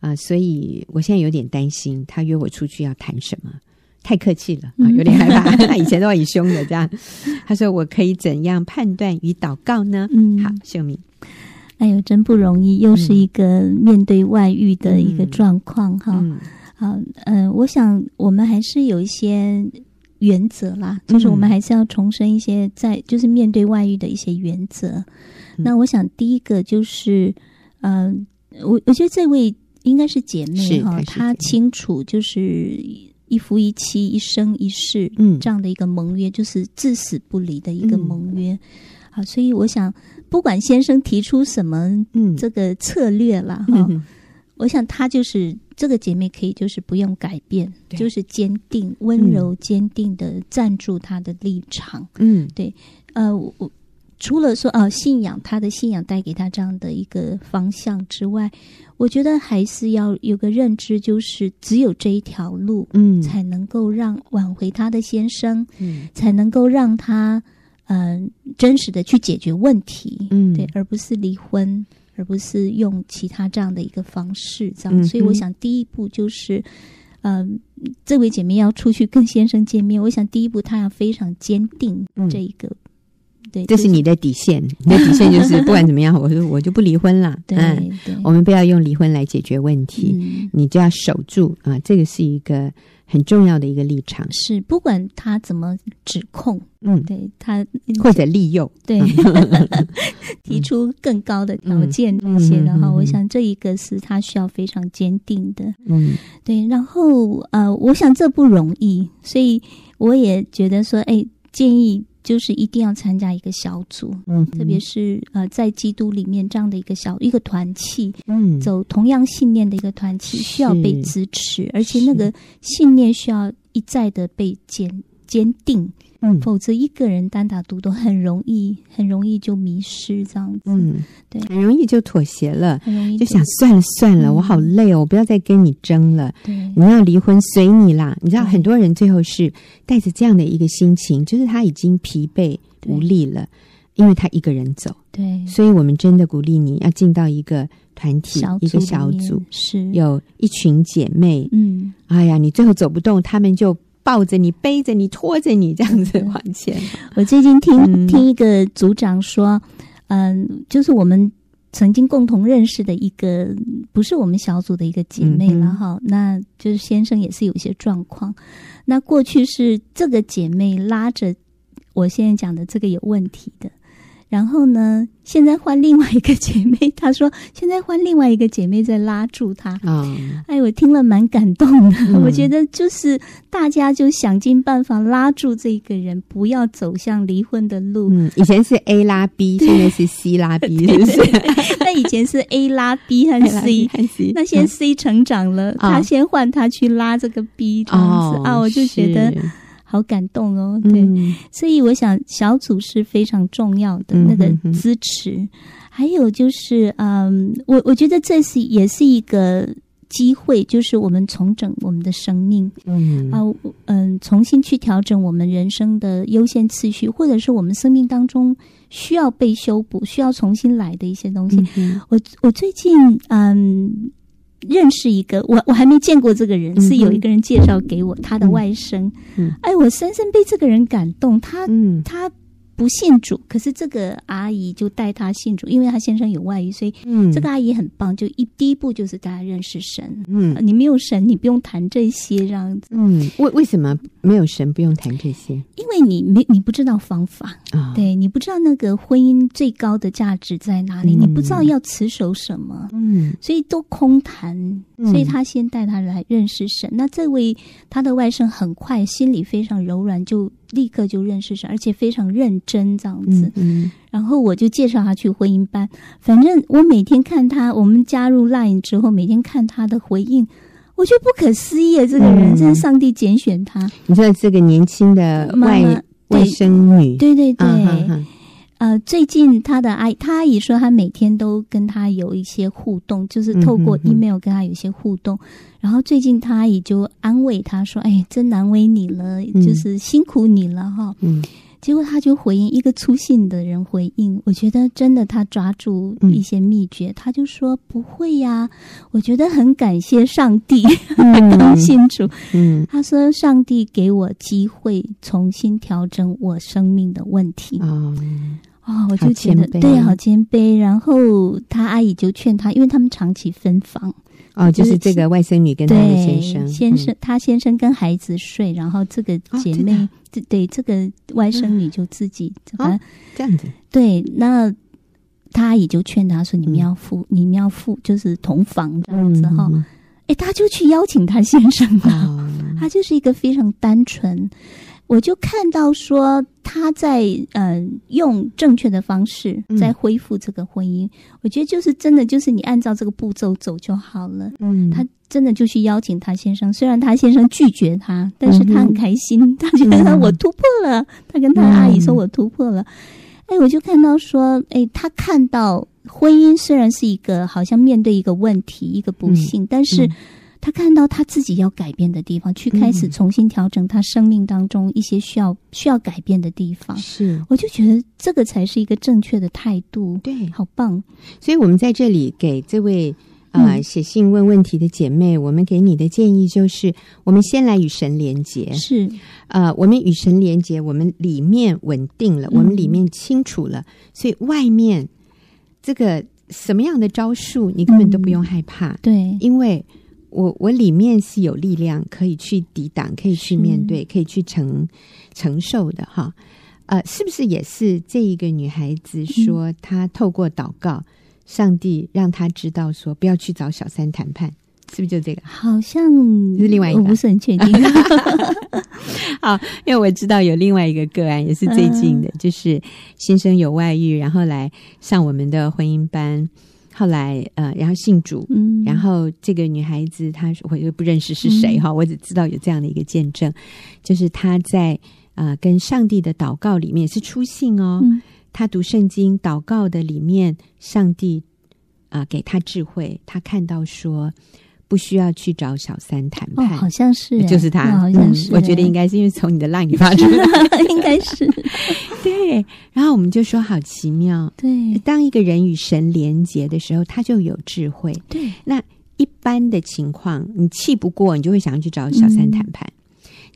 Speaker 1: 啊，所以我现在有点担心他约我出去要谈什么。太客气了
Speaker 3: 嗯
Speaker 1: 啊，有点害怕。 他以前都很凶的，这样。他说：“我可以怎样判断与祷告呢？”
Speaker 3: 嗯，
Speaker 1: 好，嗯秀敏，
Speaker 3: 哎呦，真不容易，又是一个面对外遇的一个状况哈。
Speaker 1: 嗯
Speaker 3: 好，呃，我想我们还是有一些原则啦，就是我们还是要重申一些在就是面对外遇的一些原则。
Speaker 1: 嗯
Speaker 3: 那我想第一个就是，嗯、呃，我我觉得这位应该是姐妹
Speaker 1: 是
Speaker 3: 哈
Speaker 1: 她，是姐
Speaker 3: 她
Speaker 1: 妹
Speaker 3: 清楚就是一夫一妻一生一世
Speaker 1: 嗯
Speaker 3: 这样的一个盟约，就是至死不离的一个盟约。好，所以我想，不管先生提出什么
Speaker 1: 嗯
Speaker 3: 这个策略了哈，
Speaker 1: 嗯
Speaker 3: 我想她就是这个姐妹，可以就是不用改变，
Speaker 1: 对
Speaker 3: 就是坚定、温柔、坚定的站住她的立场。
Speaker 1: 嗯
Speaker 3: 呃，我我除了说呃信仰，她的信仰带给她这样的一个方向之外，我觉得还是要有个认知，就是只有这一条路，
Speaker 1: 嗯
Speaker 3: 才能够让挽回她的先生，
Speaker 1: 嗯
Speaker 3: 才能够让她嗯、呃、真实的去解决问题，
Speaker 1: 嗯
Speaker 3: 对，而不是离婚，而不是用其他这样的一个方式，这样。
Speaker 1: 嗯哼
Speaker 3: 所以我想第一步就是，嗯、这位姐妹要出去跟先生见面，我想第一步她要非常坚定
Speaker 1: 嗯
Speaker 3: 这一个，对，
Speaker 1: 这是
Speaker 3: 就
Speaker 1: 你的底线，你的底线就是不管怎么样，我 就我就不离婚啦。
Speaker 3: 对、
Speaker 1: 嗯，
Speaker 3: 对，
Speaker 1: 我们不要用离婚来解决问题，
Speaker 3: 嗯。
Speaker 1: 你就要守住啊，这个是一个很重要的一个立场，
Speaker 3: 是，不管她怎么指控，
Speaker 1: 嗯，
Speaker 3: 对她
Speaker 1: 或者利诱，
Speaker 3: 对，提出更高的条件
Speaker 1: 嗯
Speaker 3: 这些的
Speaker 1: 嗯嗯
Speaker 3: 哈，
Speaker 1: 嗯
Speaker 3: 我想这一个是他需要非常坚定的。
Speaker 1: 嗯
Speaker 3: 对，然后呃，我想这不容易，所以我也觉得说，哎，建议就是一定要参加一个小组，
Speaker 1: 嗯，
Speaker 3: 特别是呃，在基督里面这样的一个小一个团契，
Speaker 1: 嗯，
Speaker 3: 走同样信念的一个团契，
Speaker 1: 是
Speaker 3: 需要被支持，而且那个信念需要一再的被坚坚定，
Speaker 1: 嗯
Speaker 3: 否则一个人单打独斗很容易，很容易就迷失这样子，
Speaker 1: 嗯，
Speaker 3: 对
Speaker 1: 很容易就妥协了，
Speaker 3: 很容易
Speaker 1: 就想算了算了，
Speaker 3: 嗯
Speaker 1: 我好累哦，我不要再跟你争了。
Speaker 3: 对
Speaker 1: 你要离婚随你啦。你知道
Speaker 3: 对
Speaker 1: 很多人最后是带着这样的一个心情，就是他已经疲惫
Speaker 3: 对
Speaker 1: 无力了，因为他一个人走。
Speaker 3: 对
Speaker 1: 所以我们真的鼓励你要进到一个团体
Speaker 3: 小、
Speaker 1: 一个
Speaker 3: 里
Speaker 1: 小
Speaker 3: 面
Speaker 1: 组，
Speaker 3: 是
Speaker 1: 有一群姐妹。
Speaker 3: 嗯。
Speaker 1: 哎呀，你最后走不动，他们就抱着你、背着你、拖着你这样子
Speaker 3: 对
Speaker 1: 往前。
Speaker 3: 我最近
Speaker 1: 嗯
Speaker 3: 听听一个组长说，嗯、就是我们曾经共同认识的一个，不是我们小组的一个姐妹了
Speaker 1: 嗯哼
Speaker 3: 哈、那就是先生也是有一些状况。那过去是这个姐妹拉着我现在讲的这个有问题的。然后呢？现在换另外一个姐妹，她说现在换另外一个姐妹在拉住她，
Speaker 1: 啊、
Speaker 3: 哎，我听了蛮感动的。
Speaker 1: 嗯
Speaker 3: 我觉得就是大家就想尽办法拉住这个人，不要走向离婚的路。
Speaker 1: 嗯，以前是 A 拉 B，现在是 C 拉 B，是不是
Speaker 3: 那以前是 A 拉 B 和
Speaker 1: ？A 拉 B 嗯
Speaker 3: C，
Speaker 1: 和 C，
Speaker 3: 那现在 C 成长了，他先换他去拉这个 B 这样子、
Speaker 1: 哦
Speaker 3: 啊，我就觉得
Speaker 1: 是
Speaker 3: 好感动哦。对，
Speaker 1: 嗯
Speaker 3: 所以我想小组是非常重要的
Speaker 1: 嗯
Speaker 3: 那个
Speaker 1: 哼哼
Speaker 3: 支持，还有就是，嗯，我我觉得这是也是一个机会，就是我们重整我们的生命。
Speaker 1: 嗯
Speaker 3: 啊，我嗯，重新去调整我们人生的优先次序，或者是我们生命当中需要被修补、需要重新来的一些东西。
Speaker 1: 嗯哼
Speaker 3: 我我最近嗯认识一个，我我还没见过这个人，
Speaker 1: 嗯哼
Speaker 3: 是有一个人介绍给我他的外甥。
Speaker 1: 嗯
Speaker 3: 哎，我深深被这个人感动，他
Speaker 1: 嗯
Speaker 3: 他不信主，可是这个阿姨就带他信主，因为他先生有外遇，所以
Speaker 1: 嗯，
Speaker 3: 这个阿姨很棒，就一第一步就是大家认识神。
Speaker 1: 嗯
Speaker 3: 你没有神，你不用谈这些，这样子。
Speaker 1: 嗯，为为什么没有神不用谈这些
Speaker 3: 因为你没你不知道方法，
Speaker 1: 啊？，
Speaker 3: 对你不知道那个婚姻最高的价值在哪里，
Speaker 1: 嗯
Speaker 3: 你不知道要持守什么，
Speaker 1: 嗯
Speaker 3: 所以都空谈。
Speaker 1: 嗯
Speaker 3: 所以他先带他来认识神。那这位他的外甥很快心里非常柔软，就立刻就认识神，而且非常认真这样子。
Speaker 1: 嗯嗯
Speaker 3: 然后我就介绍他去婚姻班，反正我每天看他，我们加入 Line 之后，每天看他的回应。我觉得不可思议，这个人、
Speaker 1: 嗯
Speaker 3: 真是上帝拣选他。
Speaker 1: 你说这个年轻的
Speaker 3: 妈
Speaker 1: 外
Speaker 3: 妈对
Speaker 1: 外甥女，
Speaker 3: 对对对，
Speaker 1: 啊哈哈
Speaker 3: 呃，最近他的阿姨，他阿姨说他每天都跟他有一些互动，就是透过
Speaker 1: 嗯哼哼
Speaker 3: email 跟他有一些互动。然后最近他阿姨就安慰他说：“哎，真难为你了，就是辛苦你了哈。
Speaker 1: 嗯
Speaker 3: 结果他就回应一个粗信的人回应，我觉得真的他抓住一些秘诀，他就说：“不会呀，我觉得很感谢上帝， 当信主。
Speaker 1: 嗯
Speaker 3: 他说：“上帝给我机会重新调整我生命的问题。”
Speaker 1: 啊，
Speaker 3: 哦，
Speaker 1: 好
Speaker 3: 我就觉得
Speaker 1: 谦卑
Speaker 3: 对，好谦卑。然后他阿姨就劝他，因为他们长期分房，
Speaker 1: 哦，就
Speaker 3: 就是是
Speaker 1: 这个外甥女跟她的
Speaker 3: 对
Speaker 1: 先生，嗯
Speaker 3: 先生、他先生跟孩子睡，然后这个
Speaker 1: 哦
Speaker 3: 姐妹，
Speaker 1: 真的啊
Speaker 3: 这对这个外甥女就自己，
Speaker 1: 哦
Speaker 3: 反正、
Speaker 1: 嗯这样子，
Speaker 3: 对那。他阿姨就劝他说：“你们
Speaker 1: 嗯
Speaker 3: 要付，你们要付，就是同房这样
Speaker 1: 嗯
Speaker 3: 子哈。
Speaker 1: 嗯
Speaker 3: 哎，他就去邀请他先生
Speaker 1: 嗯
Speaker 3: 了。他就是一个非常单纯。我就看到说他在呃用正确的方式
Speaker 1: 嗯
Speaker 3: 在恢复这个婚姻，我觉得就是真的就是你按照这个步骤走就好了。
Speaker 1: 嗯，
Speaker 3: 他真的就去邀请他先生，虽然他先生拒绝他，但是
Speaker 1: 嗯哼
Speaker 3: 他很开心，他觉得
Speaker 1: 嗯
Speaker 3: 我突破了，他跟他阿姨说
Speaker 1: 嗯
Speaker 3: 我突破了。哎，我就看到说，哎，他看到婚姻虽然是一个好像面对一个问题、一个不幸，但是
Speaker 1: 嗯
Speaker 3: 他看到他自己要改变的地方，去开始
Speaker 1: 嗯
Speaker 3: 重新调整他生命当中一些需要需要改变的地方。
Speaker 1: 是
Speaker 3: 我就觉得这个才是一个正确的态度，
Speaker 1: 对，
Speaker 3: 好棒！
Speaker 1: 所以我们在这里给这位呃
Speaker 3: 嗯
Speaker 1: 写信问问题的姐妹，我们给你的建议就是，我们先来与神连结。
Speaker 3: 是
Speaker 1: 呃，我们与神连接，我们里面稳定了，
Speaker 3: 嗯
Speaker 1: 我们里面清楚了，所以外面这个什么样的招数，你根本都
Speaker 3: 嗯
Speaker 1: 不用害怕，
Speaker 3: 对，
Speaker 1: 因为我我里面是有力量可以去抵挡，可以去面对，可以去承承受的哈。呃，是不是也是这一个女孩子说，她透过祷告，上帝让她知道说，不要去找小三谈判，是不是就这个？
Speaker 3: 好像
Speaker 1: 是另外一个
Speaker 3: 我不是很确定。
Speaker 1: 因为我知道有另外一个个案也是最近的，就是先生有外遇，然后来上我们的婚姻班，后来呃，然后信主，
Speaker 3: 嗯，
Speaker 1: 然后这个女孩子她我又不认识是谁哈、我只知道有这样的一个见证，就是她在啊跟上帝的祷告里面是出信哦，
Speaker 3: 嗯
Speaker 1: 她读圣经祷告的里面，上帝啊、给她智慧，她看到说不需要去找小三谈
Speaker 3: 哦，
Speaker 1: 判。
Speaker 3: 好像是欸，
Speaker 1: 就是
Speaker 3: 哦
Speaker 1: 他，嗯
Speaker 3: 好像是欸。
Speaker 1: 我觉 得应该是因为从你的 line 里发出来。
Speaker 3: 应该是
Speaker 1: 对，然后我们就说好奇妙，
Speaker 3: 对
Speaker 1: 当一个人与神连结的时候，他就有智慧。
Speaker 3: 对，
Speaker 1: 一般的情况，你气不过，你就会想要去找小三谈判，
Speaker 3: 嗯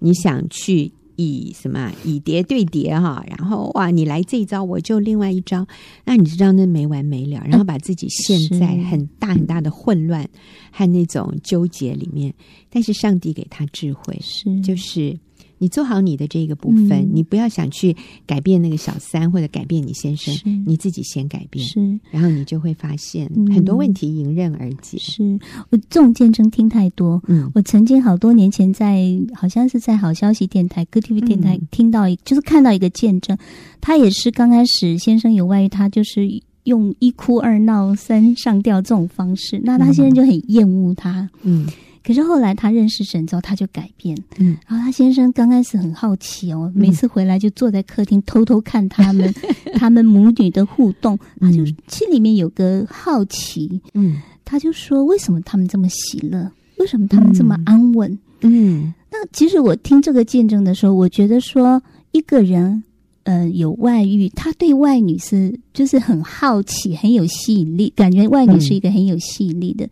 Speaker 1: 你想去以什么啊以谍对谍哈，然后哇，你来这一招，我就另外一招，那你知道那没完没了，然后把自己陷在
Speaker 3: 是
Speaker 1: 很大很大的混乱和那种纠结里面。但是上帝给他智慧，
Speaker 3: 是
Speaker 1: 就是你做好你的这个部分，
Speaker 3: 嗯
Speaker 1: 你不要想去改变那个小三或者改变你先生
Speaker 3: 是，
Speaker 1: 你自己先改变，
Speaker 3: 是
Speaker 1: 然后你就会发现
Speaker 3: 嗯
Speaker 1: 很多问题迎刃而解。
Speaker 3: 是，我这种见证听太多。
Speaker 1: 嗯，
Speaker 3: 我曾经好多年前在，好像是在好消息电台、歌 TV 电台、
Speaker 1: 嗯
Speaker 3: 听到一，就是看到一个见证，他也是刚开始先生有外遇，他就是用一哭二闹三上吊这种方式，那他先生就很厌恶他，
Speaker 1: 嗯
Speaker 3: 可是后来他认识神之后，他就改变。
Speaker 1: 嗯，
Speaker 3: 然后他先生刚开始很好奇哦，每次回来就坐在客厅偷偷看他们 他们母女的互动，他就
Speaker 1: 嗯
Speaker 3: 心里面有个好奇，
Speaker 1: 嗯
Speaker 3: 他就说：为什么他们这么喜乐？为什么他们这么安稳？
Speaker 1: 嗯
Speaker 3: 那其实我听这个见证的时候，我觉得说一个人。呃，有外遇，他对外女是就是很好奇，很有吸引力，感觉外女
Speaker 1: 嗯
Speaker 3: 是一个很有吸引力的。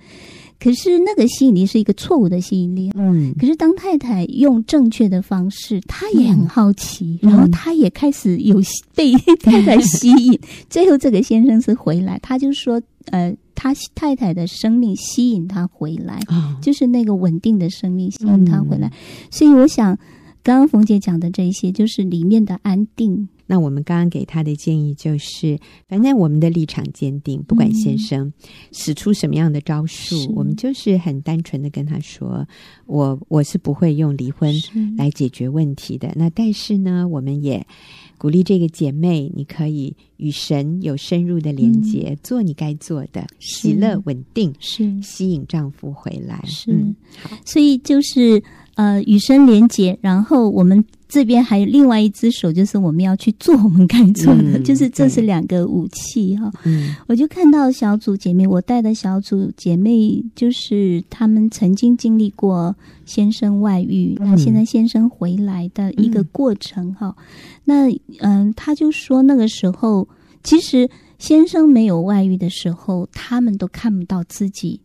Speaker 3: 可是那个吸引力是一个错误的吸引力，
Speaker 1: 嗯
Speaker 3: 可是当太太用正确的方式，她也很好奇，
Speaker 1: 嗯
Speaker 3: 然后她也开始有吸被太太吸 引。最后这个先生是回来，他就说，呃，他太太的生命吸引他回来，
Speaker 1: 啊，
Speaker 3: 就是那个稳定的生命吸引他回来。所以我想，刚刚冯姐讲的这一些，就是里面的安定。
Speaker 1: 那我们刚刚给他的建议就是，反正我们的立场坚定，不管先生使出什么样的招数，
Speaker 3: 嗯是
Speaker 1: 我们就是很单纯的跟他说，我我是不会用离婚来解决问题的。那但是呢，我们也鼓励这个姐妹，你可以与神有深入的连接，做你该做的，
Speaker 3: 嗯是
Speaker 1: 喜乐稳定，
Speaker 3: 是
Speaker 1: 吸引丈夫回来。
Speaker 3: 是
Speaker 1: 嗯、好，
Speaker 3: 所以就是呃与生连结，然后我们这边还有另外一只手，就是我们要去做我们该做的，
Speaker 1: 嗯
Speaker 3: 就是这是
Speaker 1: 对
Speaker 3: 两个武器哈、
Speaker 1: 嗯
Speaker 3: 我就看到小组姐妹，我带的小组姐妹就是她们曾经经历过先生外遇，
Speaker 1: 嗯
Speaker 3: 那、现在先生回来的一个过程哈、那嗯，她就说那个时候其实先生没有外遇的时候，他们都看不到自己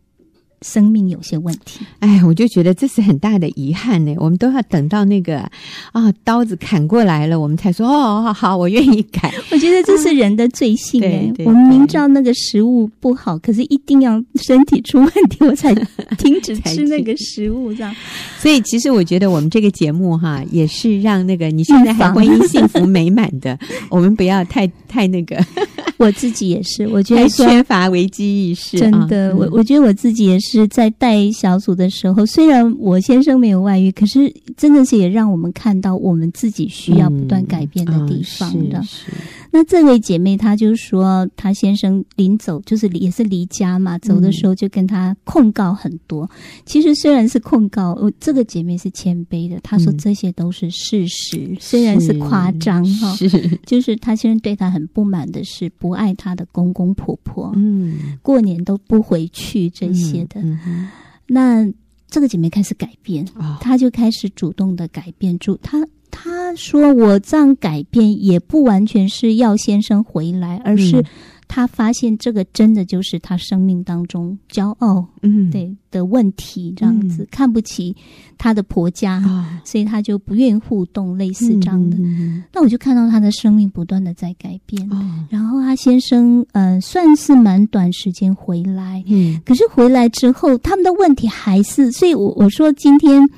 Speaker 3: 生命有些问题。
Speaker 1: 哎，我就觉得这是很大的遗憾呢。我们都要等到那个啊刀子砍过来了，我们才说哦，好好，我愿意 改。
Speaker 3: 我觉得这是人的罪性哎、
Speaker 1: 对对
Speaker 3: 我们明知道那个食物不好，可是一定要身体出问题，我才停止吃那个食物，这样
Speaker 1: 所以，其实我觉得我们这个节目哈，也是让那个你现在
Speaker 3: 预
Speaker 1: 还
Speaker 3: 防
Speaker 1: 婚姻幸福美满 的，我们不要太太那个
Speaker 3: 我自己也是，我觉
Speaker 1: 太
Speaker 3: 得说。
Speaker 1: 缺乏危机意识。
Speaker 3: 真
Speaker 1: 哎啊
Speaker 3: 的，我
Speaker 1: 嗯
Speaker 3: 我觉得我自己也是在带小组的时候，虽然我先生没有外遇，可是真的是也让我们看到我们自己需要不断改变的地方
Speaker 1: 嗯
Speaker 3: 的。
Speaker 1: 啊是是
Speaker 3: 那这位姐妹她就说，她先生临走就是离也是离家
Speaker 1: 嗯
Speaker 3: 嘛，走的时候就跟她控告很多。其实虽然是控告，我这个姐妹是谦卑的，她说
Speaker 1: 嗯
Speaker 3: 这些都是事实，虽然是夸张哈、
Speaker 1: 是，
Speaker 3: 就是她先生对她很不满的是不爱她的公公婆婆，
Speaker 1: 嗯，
Speaker 3: 过年都不回去这些的。
Speaker 1: 嗯嗯
Speaker 3: 那这个姐妹开始改变，
Speaker 1: 哼哦，
Speaker 3: 她就开始主动的改变，主她她说我这样改变也不完全是要先生回来，而是
Speaker 1: 嗯
Speaker 3: 她发现这个真的就是她生命当中骄傲
Speaker 1: 嗯，
Speaker 3: 对的问题，这样子、看不起她的婆家，
Speaker 1: 啊，
Speaker 3: 所以她就不愿意互动，类似
Speaker 1: 嗯
Speaker 3: 这样的。
Speaker 1: 嗯
Speaker 3: 那我就看到她的生命不断的在改变
Speaker 1: 嗯，哦，
Speaker 3: 然后她先生呃算是蛮短时间回来，
Speaker 1: 嗯
Speaker 3: 可是回来之后，他们的问题还是，所以我我说今天，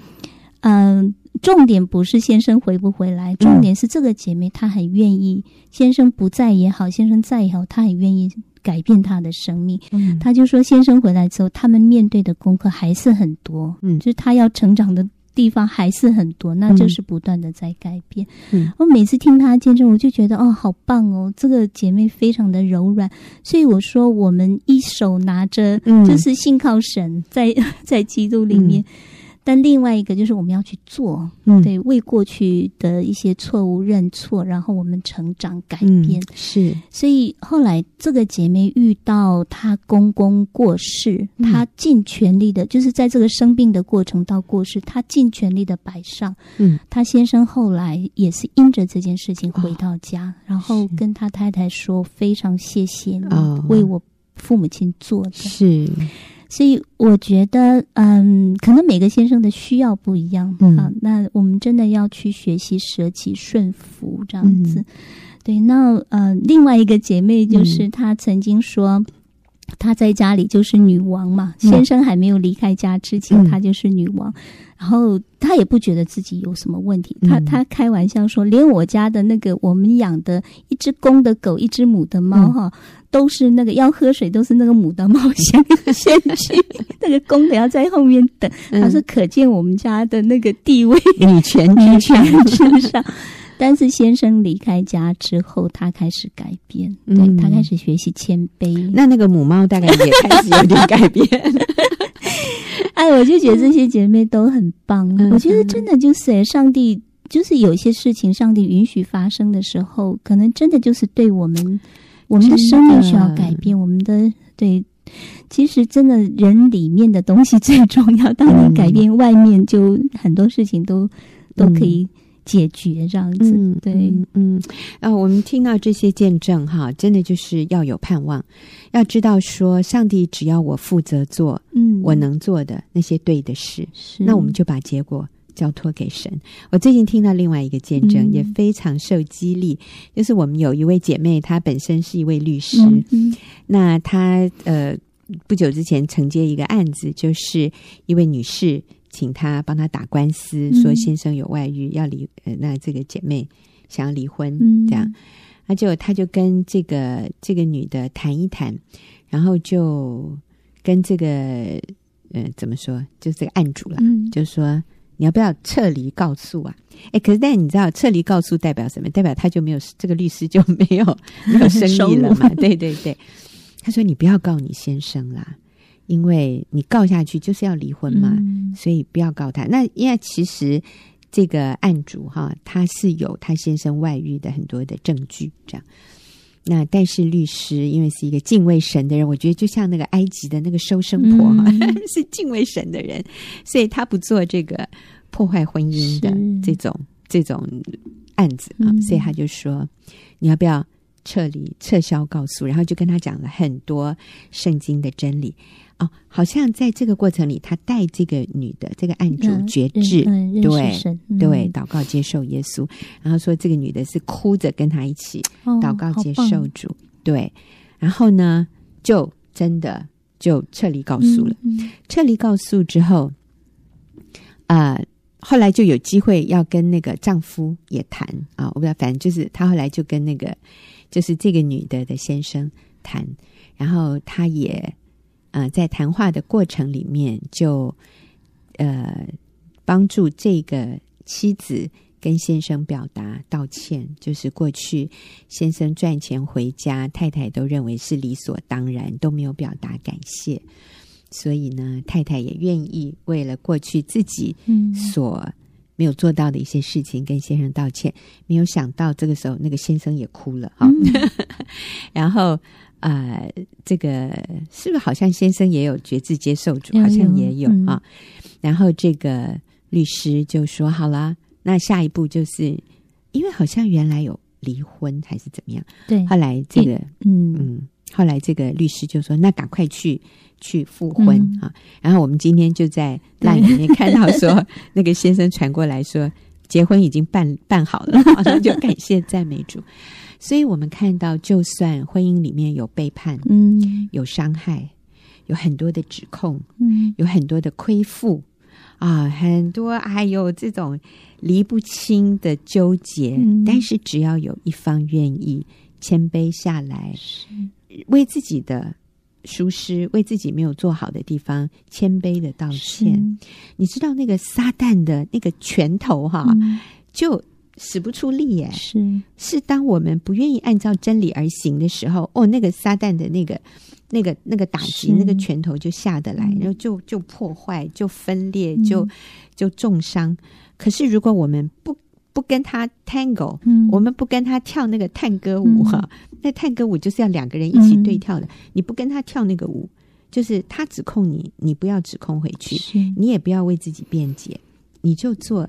Speaker 3: 嗯、重点不是先生回不回
Speaker 1: 嗯
Speaker 3: 来，重点是这个姐妹她很愿意，先生不在也好，先生在也好，她很愿意改变他的生命。
Speaker 1: 嗯
Speaker 3: 哦他就说，先生回来之后，他们面对的功课还是很多，
Speaker 1: 嗯
Speaker 3: 就是他要成长的地方还是很多，那就是不断的在改变。
Speaker 1: 嗯
Speaker 3: 我每次听他见证，我就觉得哦，好棒哦，这个姐妹非常的柔软。所以我说，我们一手拿着
Speaker 1: 嗯
Speaker 3: 就是信靠神， 在在基督里面。但另外一个就是我们要去做，
Speaker 1: 嗯
Speaker 3: 对，为过去的一些错误认错，然后我们成长改
Speaker 1: 嗯
Speaker 3: 变。
Speaker 1: 是
Speaker 3: 所以后来这个姐妹遇到她公公过世，
Speaker 1: 嗯
Speaker 3: 她尽全力的，就是在这个生病的过程到过世，她尽全力的摆上。
Speaker 1: 嗯，
Speaker 3: 她先生后来也是因着这件事情回到家，然后
Speaker 1: 嗯是
Speaker 3: 跟她太太说：“非常谢谢你、
Speaker 1: 哦
Speaker 3: 为我父母亲做的。”
Speaker 1: 是
Speaker 3: 所以我觉得，嗯，可能每个先生的需要不一样，
Speaker 1: 嗯
Speaker 3: 啊，那我们真的要去学习舍己顺服这样子。
Speaker 1: 嗯
Speaker 3: 对，那呃，另外一个姐妹就是
Speaker 1: 嗯
Speaker 3: 她曾经说。她在家里就是女王嘛，
Speaker 1: 嗯
Speaker 3: 先生还没有离开家之前，
Speaker 1: 嗯
Speaker 3: 她就是女王。然后她也不觉得自己有什么问题，她
Speaker 1: 嗯
Speaker 3: 她开玩笑说，连我家的那个我们养的一只公的狗，一只母的猫
Speaker 1: 嗯
Speaker 3: 哈、都是那个要喝水，都是那个母的猫先先去， 那个公的要在后面等。他说，可见我们家的那个地位
Speaker 1: 嗯
Speaker 3: 啊
Speaker 1: 女权
Speaker 3: 嗯
Speaker 1: 之权，
Speaker 3: 之 上。但是先生离开家之后，他开始改变，对
Speaker 1: 嗯
Speaker 3: 他开始学习谦卑。
Speaker 1: 那那个母猫大概也开始有点改 变，
Speaker 3: 哎，我就觉得这些姐妹都很棒。
Speaker 1: 嗯
Speaker 3: 我觉得真的就是上帝。就是有一些事情，上帝允许发生的时候，可能真的就是对我们，我们的生命需要改变，我们的对。其实，真的人里面的东西最重要。当你改
Speaker 1: 嗯
Speaker 3: 变外面，就很多事情都、都可以解决这样子。
Speaker 1: 嗯，
Speaker 3: 对
Speaker 1: 嗯，嗯，啊，我们听到这些见证哈，真的就是要有盼望，要知道说，上帝只要我负责做
Speaker 3: 嗯，
Speaker 1: 我能做的那些对的事，
Speaker 3: 是，
Speaker 1: 那我们就把结果。交托给神。我最近听到另外一个见证，
Speaker 3: 嗯
Speaker 1: 也非常受激励，就是我们有一位姐妹，她本身是一位律师，
Speaker 3: 嗯嗯
Speaker 1: 那她呃不久之前承接一个案子，就是一位女士请她帮她打官司，
Speaker 3: 嗯
Speaker 1: 说先生有外遇要离，呃，那这个姐妹想要离婚，
Speaker 3: 嗯
Speaker 1: 这样，那就她就跟这个这个女的谈一谈，然后就跟这个呃怎么说，就这个案主啦，
Speaker 3: 嗯，
Speaker 1: 就说你要不要撤离告诉啊？哎，可是但你知道撤离告诉代表什么？代表他就没有这个律师就没有没有生意了 嘛？对对对，他说你不要告你先生啦，因为你告下去就是要离婚嘛，
Speaker 3: 嗯
Speaker 1: 所以不要告他。那因为其实这个案主哈，他是有他先生外遇的很多的证据，这样。那但是律师因为是一个敬畏神的人，我觉得就像那个埃及的那个收生婆哈，
Speaker 3: 嗯
Speaker 1: 是敬畏神的人，所以他不做这个破坏婚姻的
Speaker 3: 是
Speaker 1: 这种这种案子啊，
Speaker 3: 嗯
Speaker 1: 所以他就说你要不要撤离撤销告诉，然后就跟他讲了很多圣经的真理哦，好像在这个过程里，他带这个女的这个案主
Speaker 3: 嗯
Speaker 1: 觉
Speaker 3: 认
Speaker 1: 知。
Speaker 3: 嗯认识
Speaker 1: 对
Speaker 3: 神嗯
Speaker 1: 对，祷告接受耶稣，然后说这个女的是哭着跟他一起
Speaker 3: 哦
Speaker 1: 祷告
Speaker 3: 好
Speaker 1: 接
Speaker 3: 棒
Speaker 1: 受主，对，然后呢，就真的就撤离告诉了。
Speaker 3: 嗯嗯
Speaker 1: 撤离告诉之后，啊、后来就有机会要跟那个丈夫也谈啊，我不知道，反正就是她后来就跟那个就是这个女的的先生谈，然后她也呃在谈话的过程里面就呃帮助这个妻子。跟先生表达道歉，就是过去先生赚钱回家，太太都认为是理所当然，都没有表达感谢。所以呢，太太也愿意为了过去自己
Speaker 3: 嗯
Speaker 1: 所没有做到的一些事情跟先生道歉。没有想到这个时候，那个先生也哭了哈。
Speaker 3: 嗯
Speaker 1: 然后呃，这个是不是好像先生也有觉知接受主，
Speaker 3: 有
Speaker 1: 好像也
Speaker 3: 有
Speaker 1: 有
Speaker 3: 嗯
Speaker 1: 啊。然后这个律师就说：“好啦，那下一步就是因为好像原来有离婚还是怎么样，
Speaker 3: 对，
Speaker 1: 后来这个
Speaker 3: 嗯
Speaker 1: 嗯，后来这个律师就说：“那赶快去去复婚、
Speaker 3: 嗯
Speaker 1: 啊！”然后我们今天就在那里面看到 说，那个先生传过来说，结婚已经办办好了， 然后就感谢赞美主。所以我们看到，就算婚姻里面有背叛、
Speaker 3: 嗯
Speaker 1: 有伤害、有很多的指控、
Speaker 3: 嗯
Speaker 1: 有很多的亏负啊，很多还有这种离不清的纠结，
Speaker 3: 嗯
Speaker 1: 但是只要有一方愿意谦卑下来。
Speaker 3: 是
Speaker 1: 为自己的疏失、为自己没有做好的地方谦卑的道
Speaker 3: 嗯
Speaker 1: 歉。你知道那个撒旦的那个拳头哈、
Speaker 3: 嗯
Speaker 1: 就使不出力耶。
Speaker 3: 是
Speaker 1: 是当我们不愿意按照真理而行的时候，哦，那个撒旦的那个、那个、那个打击，
Speaker 3: 是
Speaker 1: 那个拳头就下得来，
Speaker 3: 嗯
Speaker 1: 然后就就破坏、就分裂、
Speaker 3: 嗯
Speaker 1: 就就重伤。可是如果我们不不跟他 tango，
Speaker 3: 嗯
Speaker 1: 我们不跟他跳那个探戈舞哈、那探戈舞就是要两个人一
Speaker 3: 嗯
Speaker 1: 起对跳的，你不跟他跳那个舞，就是他指控你，你不要指控回去，
Speaker 3: 是
Speaker 1: 你也不要为自己辩解，你就做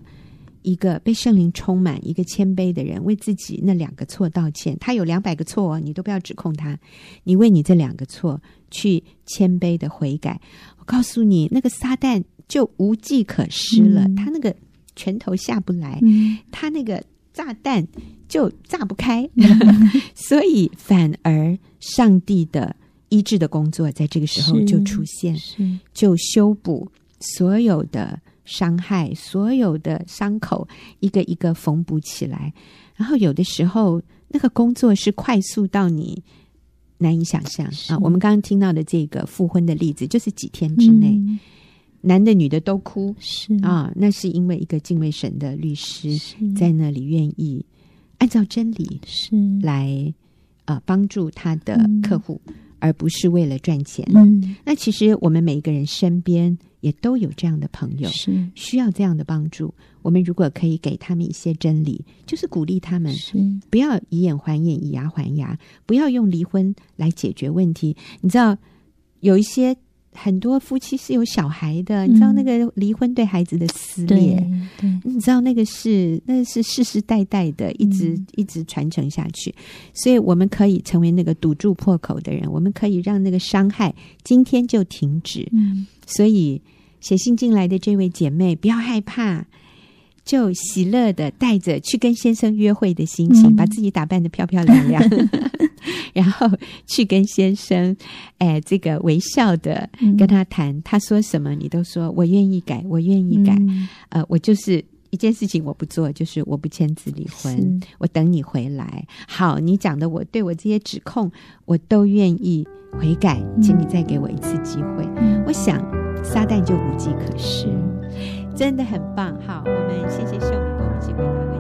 Speaker 1: 一个被圣灵充满、一个谦卑的人，为自己那两个错道歉。他有两百个错哦，你都不要指控他，你为你这两个错去谦卑的悔改。我告诉你，那个撒旦就无计可施了，
Speaker 3: 嗯
Speaker 1: 他那个拳头下不来，
Speaker 3: 嗯
Speaker 1: 他那个炸弹就炸不 开，所以反而上帝的医治的工作在这个时候
Speaker 3: 是
Speaker 1: 就出现，
Speaker 3: 是
Speaker 1: 就修补所有的伤害，所有的伤口一个一个缝补起来。然后有的时候那个工作是快速到你难以想象
Speaker 3: 是
Speaker 1: 啊！我们刚刚听到的这个复婚的例子，就是几天之内，
Speaker 3: 嗯
Speaker 1: 男的女的都哭
Speaker 3: 是
Speaker 1: 啊，那是因为一个敬畏神的律师。
Speaker 3: 是
Speaker 1: 在那里愿意按照真理
Speaker 3: 是
Speaker 1: 来啊、呃帮助他的
Speaker 3: 嗯
Speaker 1: 客户，而不是为了赚钱。
Speaker 3: 嗯
Speaker 1: 那其实我们每一个人身边也都有这样的朋友，
Speaker 3: 是
Speaker 1: 需要这样的帮助。我们如果可以给他们一些真理，就是鼓励他们，
Speaker 3: 是
Speaker 1: 不要以眼还眼，以牙还牙，不要用离婚来解决问题。你知道，有一些很多夫妻是有小孩的，你知道
Speaker 3: 嗯
Speaker 1: 那个离婚对孩子的撕裂，
Speaker 3: 对对
Speaker 1: 你知道那个是那是世世代代的，一直、
Speaker 3: 嗯
Speaker 1: 一直传承下去，所以我们可以成为那个堵住破口的人，我们可以让那个伤害今天就停止。
Speaker 3: 嗯
Speaker 1: 所以写信进来的这位姐妹，不要害怕，就喜乐的带着去跟先生约会的心情，
Speaker 3: 嗯
Speaker 1: 把自己打扮的漂漂亮 亮，然后去跟先生，哎，这个微笑的
Speaker 3: 嗯
Speaker 1: 跟他谈，他说什么你都说我愿意改，我愿意改。
Speaker 3: 嗯
Speaker 1: 呃，我就是一件事情我不做，就是我不签字离婚，
Speaker 3: 是
Speaker 1: 我等你回来。好，你讲的我对我这些指控，我都愿意悔改，请你再给我一次机会。
Speaker 3: 嗯
Speaker 1: 我想撒旦就无计可施，
Speaker 3: 是。嗯
Speaker 1: 真的很棒。好，我们谢谢秀敏跟我们一起回答。